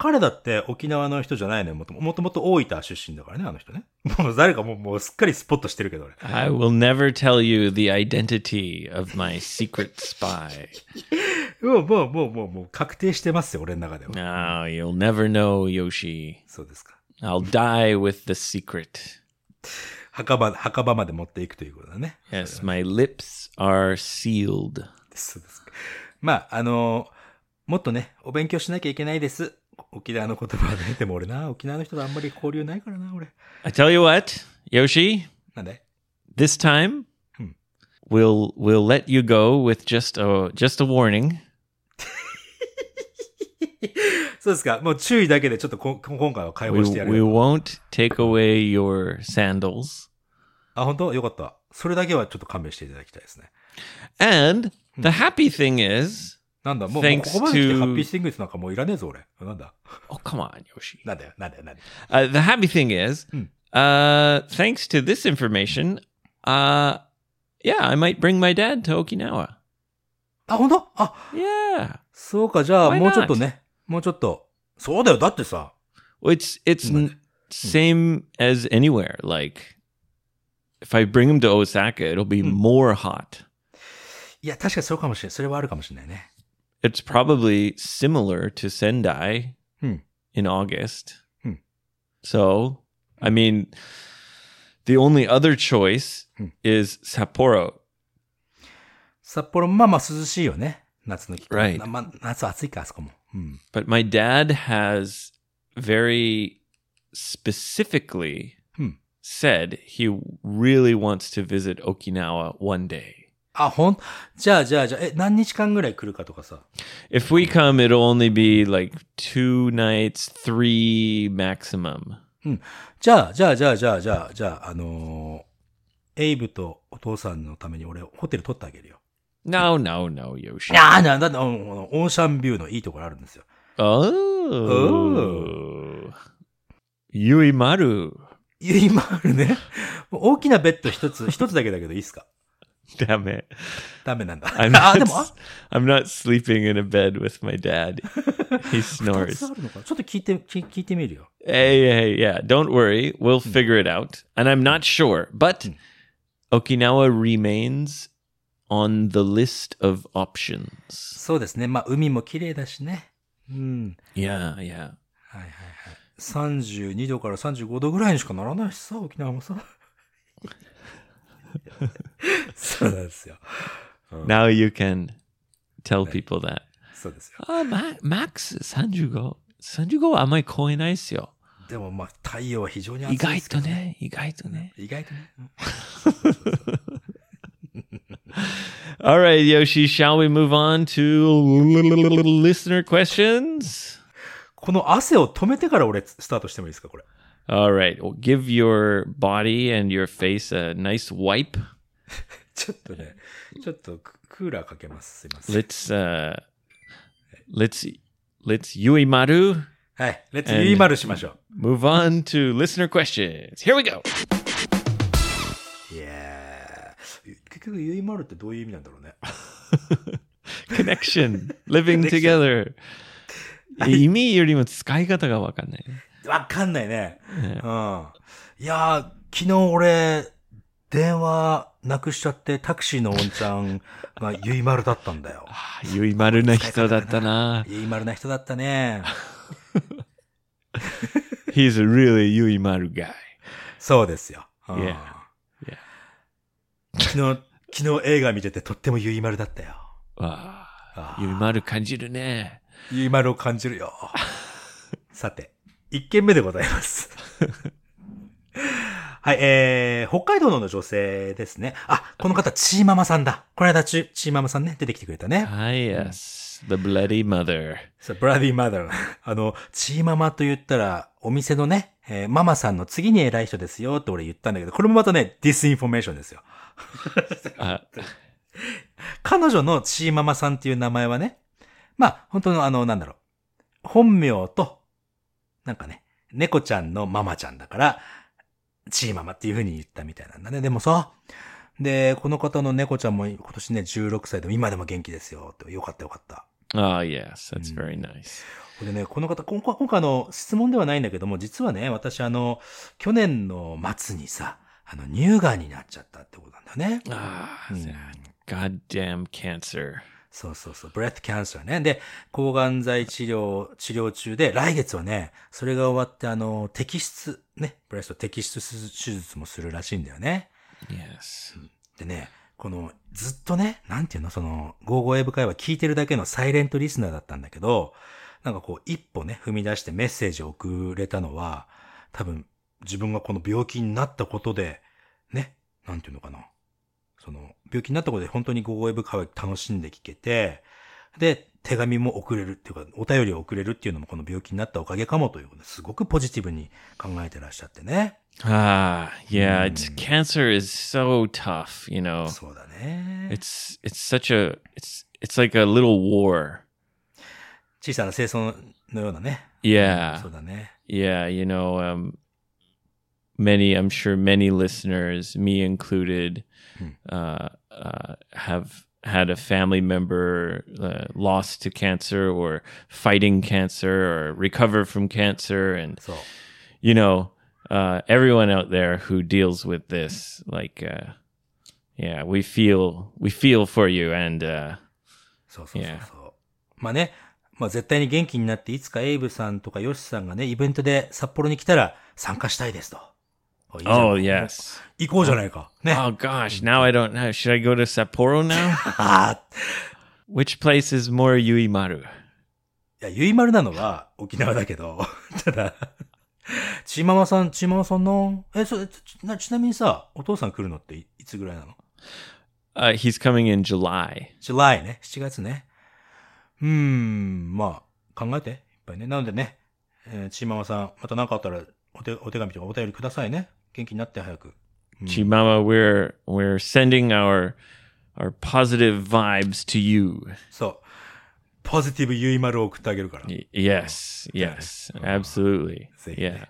彼だって沖縄の人じゃないのよ。もとももともと大分出身だからね、あの人ね。 もう誰かもう、もうすっかりスポットしてるけど俺。
I will never tell you the identity of my secret spy.
もう、もう、もう、もう、もう、確定してますよ、俺の中では。
No, you'll never know, Yoshi.
そうですか。
I'll die with the secret.
墓場、墓場まで持っていくということだね。
Yes, my lips are sealed.
そうですか。まあ、あのもっとね、お勉強しなきゃいけないです。沖縄の言葉で、ね、 でも俺な、沖縄の人とあんまり交流ないからな、俺。
I tell you what, Yoshi,
なんで
this time
Hmm.
we'll we'll let you go with just a just a warning.
そうですか。もう注意だけでちょっとこ今回は会
We,
話してやる
we
よ。
won't take away your sandals.
あ、本当よかった。それだけはちょっと勘弁していただきたいですね。
And the happy thing is,
なんだ、もう、もう
Thanks
ここまで来て
to-
ハッピースティングスなんかもういらねえぞ、俺。なんだ
oh come on, Yoshi.
なんだよ、なんだよ、なんだよ。
Uh, the happy thing is,
Hmm.
uh, thanks to this information, uh, yeah, I might bring my dad to Okinawa.
あ、本当あ、
Yeah,
そうか、じゃあ、
Why not？
もうちょっとね。もうちょっと。そうだよ、だってさ。
well, it's it's
Oh
n- same as anywhere. Like, if I bring him to Osaka, it'll be
Hmm.
more hot.
いや、確かにそうかもしれない。それはあるかもしれないね。
It's probably similar to Sendai
Hmm.
in August.
Hmm.
So, I mean, the only other choice
Hmm.
is Sapporo.
札幌、まあまあ涼しいよね。夏の期間。
Right.
なまあ、夏暑いか、あそこも。うん。
But my dad has very specifically
Hmm.
said he really wants to visit Okinawa one day.
あ、ほん、じゃあ、じゃあ、じゃあ、え、何日間ぐらい来るかとかさ。
If we come, it'll only be like two nights, three maximum.
じゃあ、じゃあ、じゃあ、じゃあ、じゃあ、じゃあ、あのーエイブとお父さんのために俺、ホテル取ってあげるよ。
No, no, no, Yoshi.
いやー、なんだ、あのオーシャンビューのいいところあるんですよ。
Oh. Yuimaru.
いや、今あるね。もう大きなベッド一 つ、一つだけだけどいいっすか
Damn it.
ダメなんだ。
I'm
あ、で
not,
も、あ
I'm not sleeping in a bed with my dad. He
二
snores.
つあるのかちょっと聞いて、聞聞いてみるよ。
Hey, hey, yeah. Don't worry. We'll figure it out. And I'm not sure, but Okinawa remains on the list of options.
そうですね。まあ、海も綺麗だしね。うん。
Yeah,
は
yeah.
いはいはい。32度から35度ぐらいにしかならないしさ、沖縄もさ。 そうなんですよ。
Now you can tell people that.
そうですよ。
Ah, ma- Max, Sanjugo. Sanjugo, am I coin ice yo?
でもまあ、太陽は非常に暑い
意
で
外
すけど
と。ね、意外とね。
意外とね。うん
All right, Yoshi, shall we move on to listener questions?
この汗を止めてから俺スタートしてもいいですか、これ。
All right, well, give your body and your face a nice wipe.
ちょっとね、ちょっとククーラーかけます。すいません。
Let's uh, let's let's Yuimaru
はい。レッツゆいまるしましょ
move on to listener questions. Here we go.
う。いやー。結局、ゆいまるってどういう意味なんだろうね。
Connection, living together. 意味よりも使い方がわかんない。
わかんないね。うん。いやー、昨日俺、電話なくしちゃってタクシーのおんちゃんがゆいまるだったんだよ。
あーゆいまるな人だったな。
ゆいまるな人だったね。
He's a really ゆいまる guy.
そうですよ。うん
Yeah.
昨日、昨日映画見ててとってもゆいまるだったよ。
わあ
あ、ー
ゆいまる感じるね。
ゆいまるを感じるよ。 さて、一件目でございます。 はい、えー、北海道の女性ですね。あ、この方、ちーママさんだ。この間、ち、ちーママさんね、出てきてくれたね。
Ah, yes. The Bloody Mother.
そう、ブラディマダー。あの、 チーママと言ったら、お店のね、えーママさんの次に偉い人ですよって俺言ったんだけど、これもまたね、ディスインフォメーションですよ。
あ
彼女のチーママさんっていう名前はね、まあ、本当のあの、なんだろう。本名と、なんかね、猫ちゃんのママちゃんだから、チーママっていう風に言ったみたいなんだね。でもさ、で、この方の猫ちゃんも今年ね、16歳で、今でも元気ですよ。よかったよかった。
ah, yes. That's very nice.
これね、この方、今回、今回あの、質問ではないんだけども、実はね、私あの、去年の末にさ、あの、乳がんになっちゃったってことなんだよね。
Ah,
Hmm.
that goddamn cancer.
そうそうそう、ブレッドキャンセルね。で、抗がん剤治療、治療中で、来月はね、それが終わって、あの、摘出、ね、ブレスト摘出手術もするらしいんだよね。
Yes.
でね、この、ずっとね、なんていうの、その、ゴーゴーエブ会は聞いてるだけのサイレントリスナーだったんだけど、なんかこう、一歩ね、踏み出してメッセージを送れたのは、多分、自分がこの病気になったことで、ね、なんていうのかな。その、病気になったことで本当にゴーゴーエブ会は楽しんで聞けて、で、手紙も送れるっていうか、お便りを送れるっていうのもこの病気になったおかげかもということで、すごくポジティブに考えてらっしゃってね。
Ah, yeah. It's cancer is so tough. You know,
そうだね。
it's it's such a it's it's like a little war.
小さな清掃のようなね。
Yeah,
そうだね。
yeah. You know, um, many I'm sure many listeners, me included, uh, uh, have had a family member uh, lost to cancer or fighting cancer or recover from cancer and
そう。
you know, uh, everyone out there who deals with this, like, uh, yeah, we feel we feel for you, and uh,
そうそうそうそう。まあね、まあ絶対に元気になって、いつかエイブさんとかヨシさんがね、イベントで札幌に来たら参加したいですと。おいいじゃん
oh yes,
行こうじゃないか。ね。
oh gosh, now I don't know. Should I go to Sapporo now?
ああ。
Which place is more Yuimaru?
いや、ゆいまるなのは沖縄だけど、 ただ、ちままさん、ちままさんの、え、そちちなちなみにさ、お父さん来るのっていいつぐらいなの
Uh, he's coming in July.
?July ね、7月ね。うーん、まあ、考えて、いっぱいね。なのでね、えーちままさん、また何かあったらお手、お手紙とかお便りくださいね。元気になって早く。
Hmm. Chimama, we're we're sending our our positive vibes to you.
そう。ポジティブゆいまるを送ってあげるから。
Y- yes, yes,
Oh.
absolutely.
Thank you.
Yeah.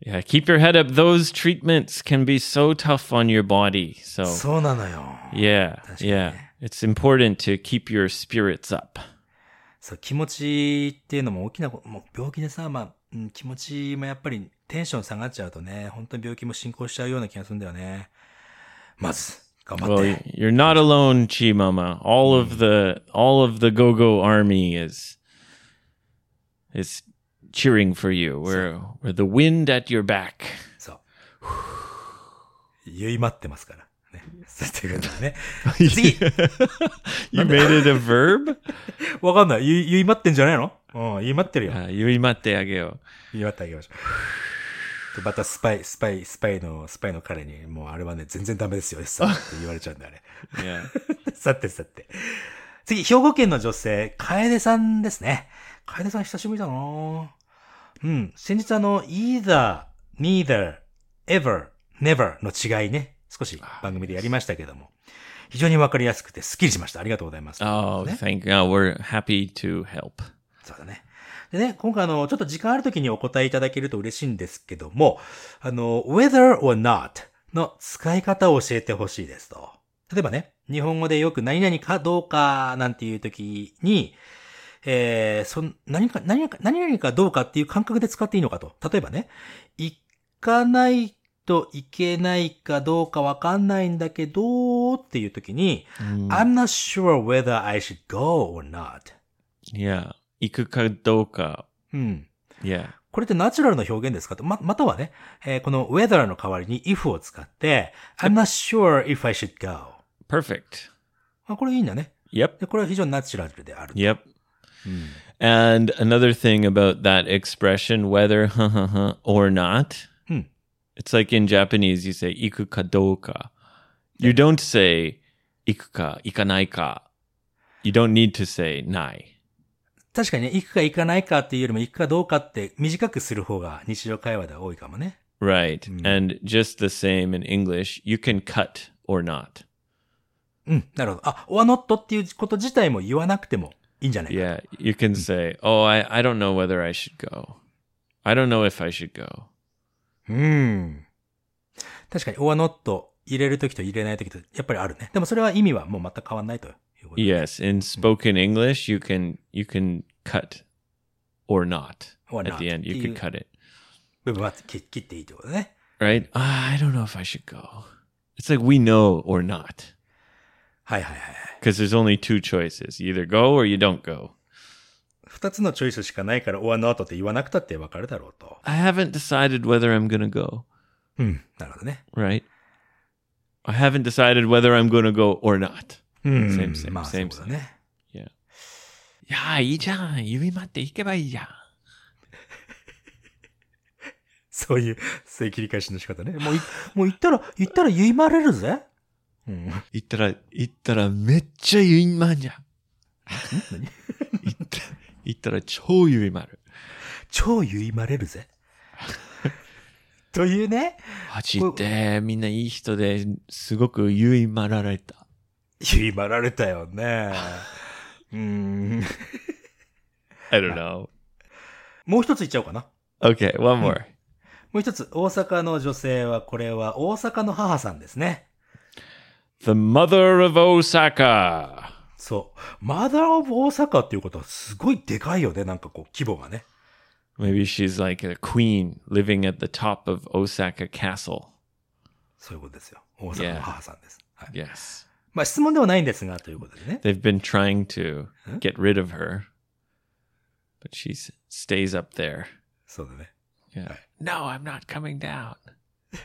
Yeah, keep your head up. Those treatments can be so tough on your body. So,
そうなのよ。
yeah,
That's
yeah.
right.
It's important to keep your spirits up.
そう、気持ちっていうのも大きなこと、もう病気でさ、まあ、うん気持ちもやっぱりテンション下がっちゃうとね、本当に病気も進行しちゃうような気がするんだよね。まず、頑張
Well,
って。
y- you're not alone, Chi Mama. All
Mm.
of the all of the Go-Go army is is cheering for you. We're we're the wind at your back.
そう。ゆいまってますから。ね。そういうことだね。次
you made it a verb?
わかんない。ゆい、ゆいまってんじゃないのうん、ゆいまってるよ。
Uh, yuimate ageo.
ゆいまってあげましょう。でまたスパイ、スパイ、スパイの、スパイの彼に、もうあれはね、全然ダメですよ、さんって言われちゃうんだ、あ れ。
Yeah.
さてさて。次、兵庫県の女性、楓さんですね。楓さん久しぶりだなぁうん。先日あの、either, neither, ever, never の違いね。少し番組でやりましたけども。非常にわかりやすくてスッキリしました。ありがとうございます。
Oh,
ね
thank God. We're happy to help.
そうだね。でね、今回あの、ちょっと時間ある時にお答えいただけると嬉しいんですけども、あの、whether or not の使い方を教えてほしいですと。例えばね、日本語でよく何々かどうかなんていう時に、えー、そん、何か、何か、何々かどうかっていう感覚で使っていいのかと。例えばね、行かないといけないかどうかわかんないんだけどっていう時に、I'm not sure whether I should go or not.
Yeah. Ikukadoka.
うん。
Yeah.
これってナチュラルな表現ですかと、ま、またはね、えーこの whether の代わりに if を使って、I'm not sure if I should go.
Perfect.
あ、これいいんだね。
Yep.
で、これは非常にナチュラルである。
Yep.
Mm.
And another thing about that expression, whether or not,
Hmm.
it's like in Japanese, you say ikukadoka. You don't say ikuka, ikanaika. You don't need to say nai.
確かにね、行くか行かないかっていうよりも行くかどうかって短くする方が日常会話では多いかもね。
Right.
Hmm.
And just the same in English, you can cut or not.
うん、なるほど。あ、or not っていうこと自体も言わなくてもいいんじゃないか。
Yeah, you can
Hmm.
say, "Oh, I I don't know whether I should go. I don't know if I should go."
うん。確かに or not 入れるときと入れないときとやっぱりあるね。でもそれは意味はもう全く変わんないということで。
Yes, in spoken English, you can you can cut or not
Or
at the
not.
end. You
You-
could cut it,
部分は切切っていいってことね。
right? Ah, I don't know if I should go. It's like we know or not
はいはいはい。
because there's only two choices: you either go or you don't go.
二つのチョイスしかないから、オアノートって言わなくたってわかるだろうと。
I haven't decided whether I'm gonna go.
うん。なるほどね。
Right? I haven't decided whether I'm gonna go or not.
うん。
Same, same,
まあ、
same,
そうだね。
いや、いいじゃん。指待って行けばいいじゃん。
そういう、そういう切り返しの仕方 ね。もうい、もう言ったら、言ったら言いまれるぜ。うん。
行ったら、行ったらめっちゃ言いまんじゃん。行った行ったら超指丸。
超言いまれる ぜ。というね、
走って、みんないい人ですごく言いまられた。
言いまられたよね。うーん。
I don't know.
もう一つ言っちゃおうかな。
Okay, one more.
もう一つ、大阪の女性は、これは大阪の母さんですね。
The mother of Osaka.
そう。マダーオブ大阪っていうことはすごいでかいよね。なんかこう、規模がね。
Maybe she's like a queen living at the top of Osaka Castle.
そういうことですよ。大阪の母さんです。はい、
Yes.
まあ質問ではないんですが、ということでね。
They've been trying to
Huh?
get rid of her, but she s- stays up there.
そうだね。
Yeah.
Right.
No, I'm not coming down.
いい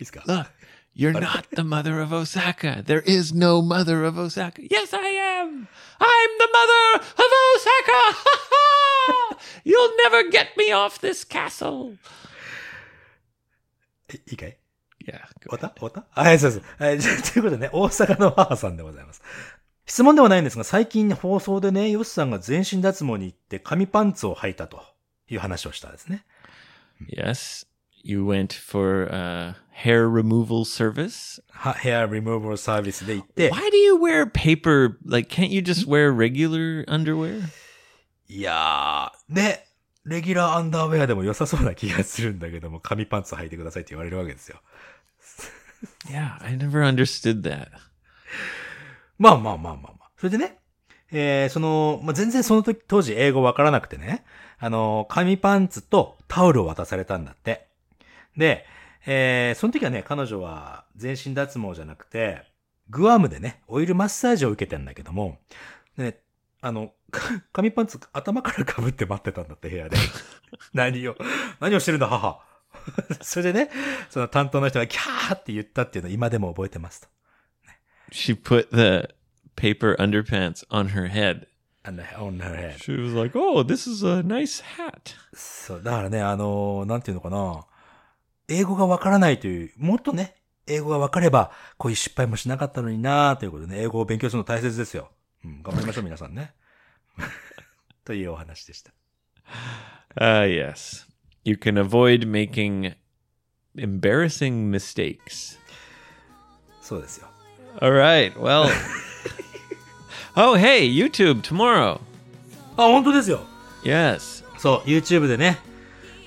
ですか
Look, you're
Okay.
not the mother of Osaka. There is no mother of Osaka. Yes, I am. I'm the mother of Osaka. You'll never get me off this castle.
えいいかい
Yeah.
お
go
たおたはい、そうです。はい、じゃあということでね、大阪の母さんでございます。質問ではないんですが、最近放送でね、ヨシさんが全身脱毛に行って紙パンツを履いたという話をしたんですね。
Yes. You went for uh, hair removal service.
はヘアリムーバルサービスで行って、
Why do you wear paper? Like, can't you just wear regular underwear?
いやー、ね、レギュラーアンダーウェアでも良さそうな気がするんだけども、紙パンツ履いてくださいって言われるわけですよ。
Yeah, I never understood that.
まあまあまあまあまあ。それでね、えー、その、まあ、全然その時、当時英語わからなくてね、あの、紙パンツとタオルを渡されたんだって。で、えー、その時はね、彼女は全身脱毛じゃなくて、グアムでね、オイルマッサージを受けてんだけども、でね、あの、 か紙パンツ頭から被って待ってたんだって、部屋で。何を、何をしてるんだ、母。 それでね、その担当の人がキャーって言ったっていうのを今でも覚えてますと。
She put the paper underpants on her head.
And on her head.
She was like, "Oh, this is a nice hat."
そう、だからね、あのーなんていうのかな。英語がわからないという、もっとね、英語がわかれば、こういう失敗もしなかったのになーということでね、英語を勉強するの大切ですよ。うん、頑張りましょう、皆さんね。 というお話でした。
Ah, yes. You can avoid making embarrassing mistakes.
そうですよ。
All right. Well. oh, hey, YouTube tomorrow.
あ、本当ですよ。
Yes.
そう、YouTube でね、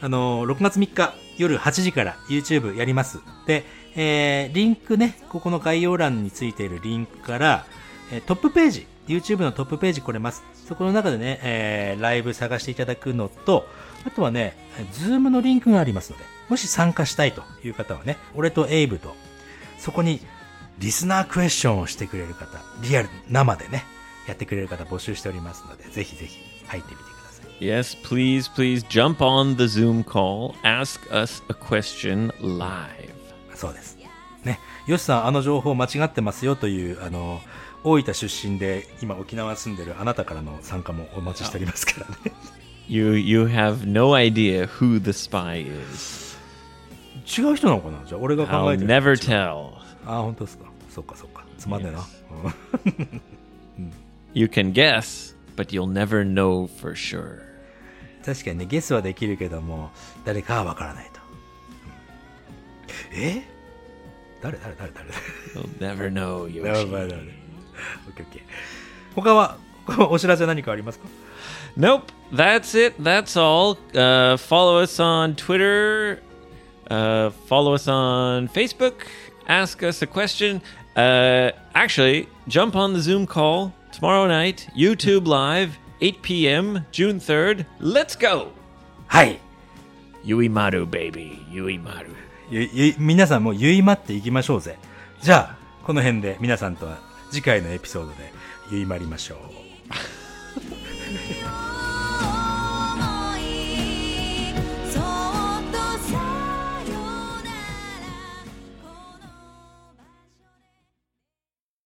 あのー6月3日夜8時から YouTube やります。で、えーリンクね、ここの概要欄についているリンクから、えートップページ、YouTube のトップページ来れます。そこの中でね、えーライブ探していただくのと、あとはね、Zoom のリンクがありますので、もし参加したいという方はね、俺とエイブと、そこにリスナークエスチョンをしてくれる方、リアル、生でね、やってくれる方募集しておりますので、ぜひぜひ入ってみてください。
Yes, please, please jump on the Zoom call. Ask us a question live.
そうです。ね。よしさん、あの情報間違ってますよという、あの、大分出身で今沖縄住んでるあなたからの参加もお待ちしておりますからね。
You you have no idea who the spy is.
違う人なのかなじゃあ俺が考
I'll
えてる。
never tell.
あ、本当ですか。そっかそっか。つまんねえな。うん
You can guess, but you'll never know for sure.
確かにね、ゲスはできるけども、誰かはわからないと。うんえ誰誰誰誰
You'll never know,
誰
Yoshi.
誰誰オッケーオッケー。他は、他はお知らせ何かありますか
Nope, that's it. That's all. Uh, follow us on Twitter. Uh, follow us on Facebook. Ask us a question. Uh, actually, jump on the Zoom call tomorrow night, YouTube Live, 8 p.m., June 3rd. Let's go!
はい。
Yuimaru, baby. Yuimaru.
ゆ、ゆ、皆さんもうゆいまっていきましょうぜ。じゃあ、この辺で皆さんとは次回のエピソードでゆいまりましょう。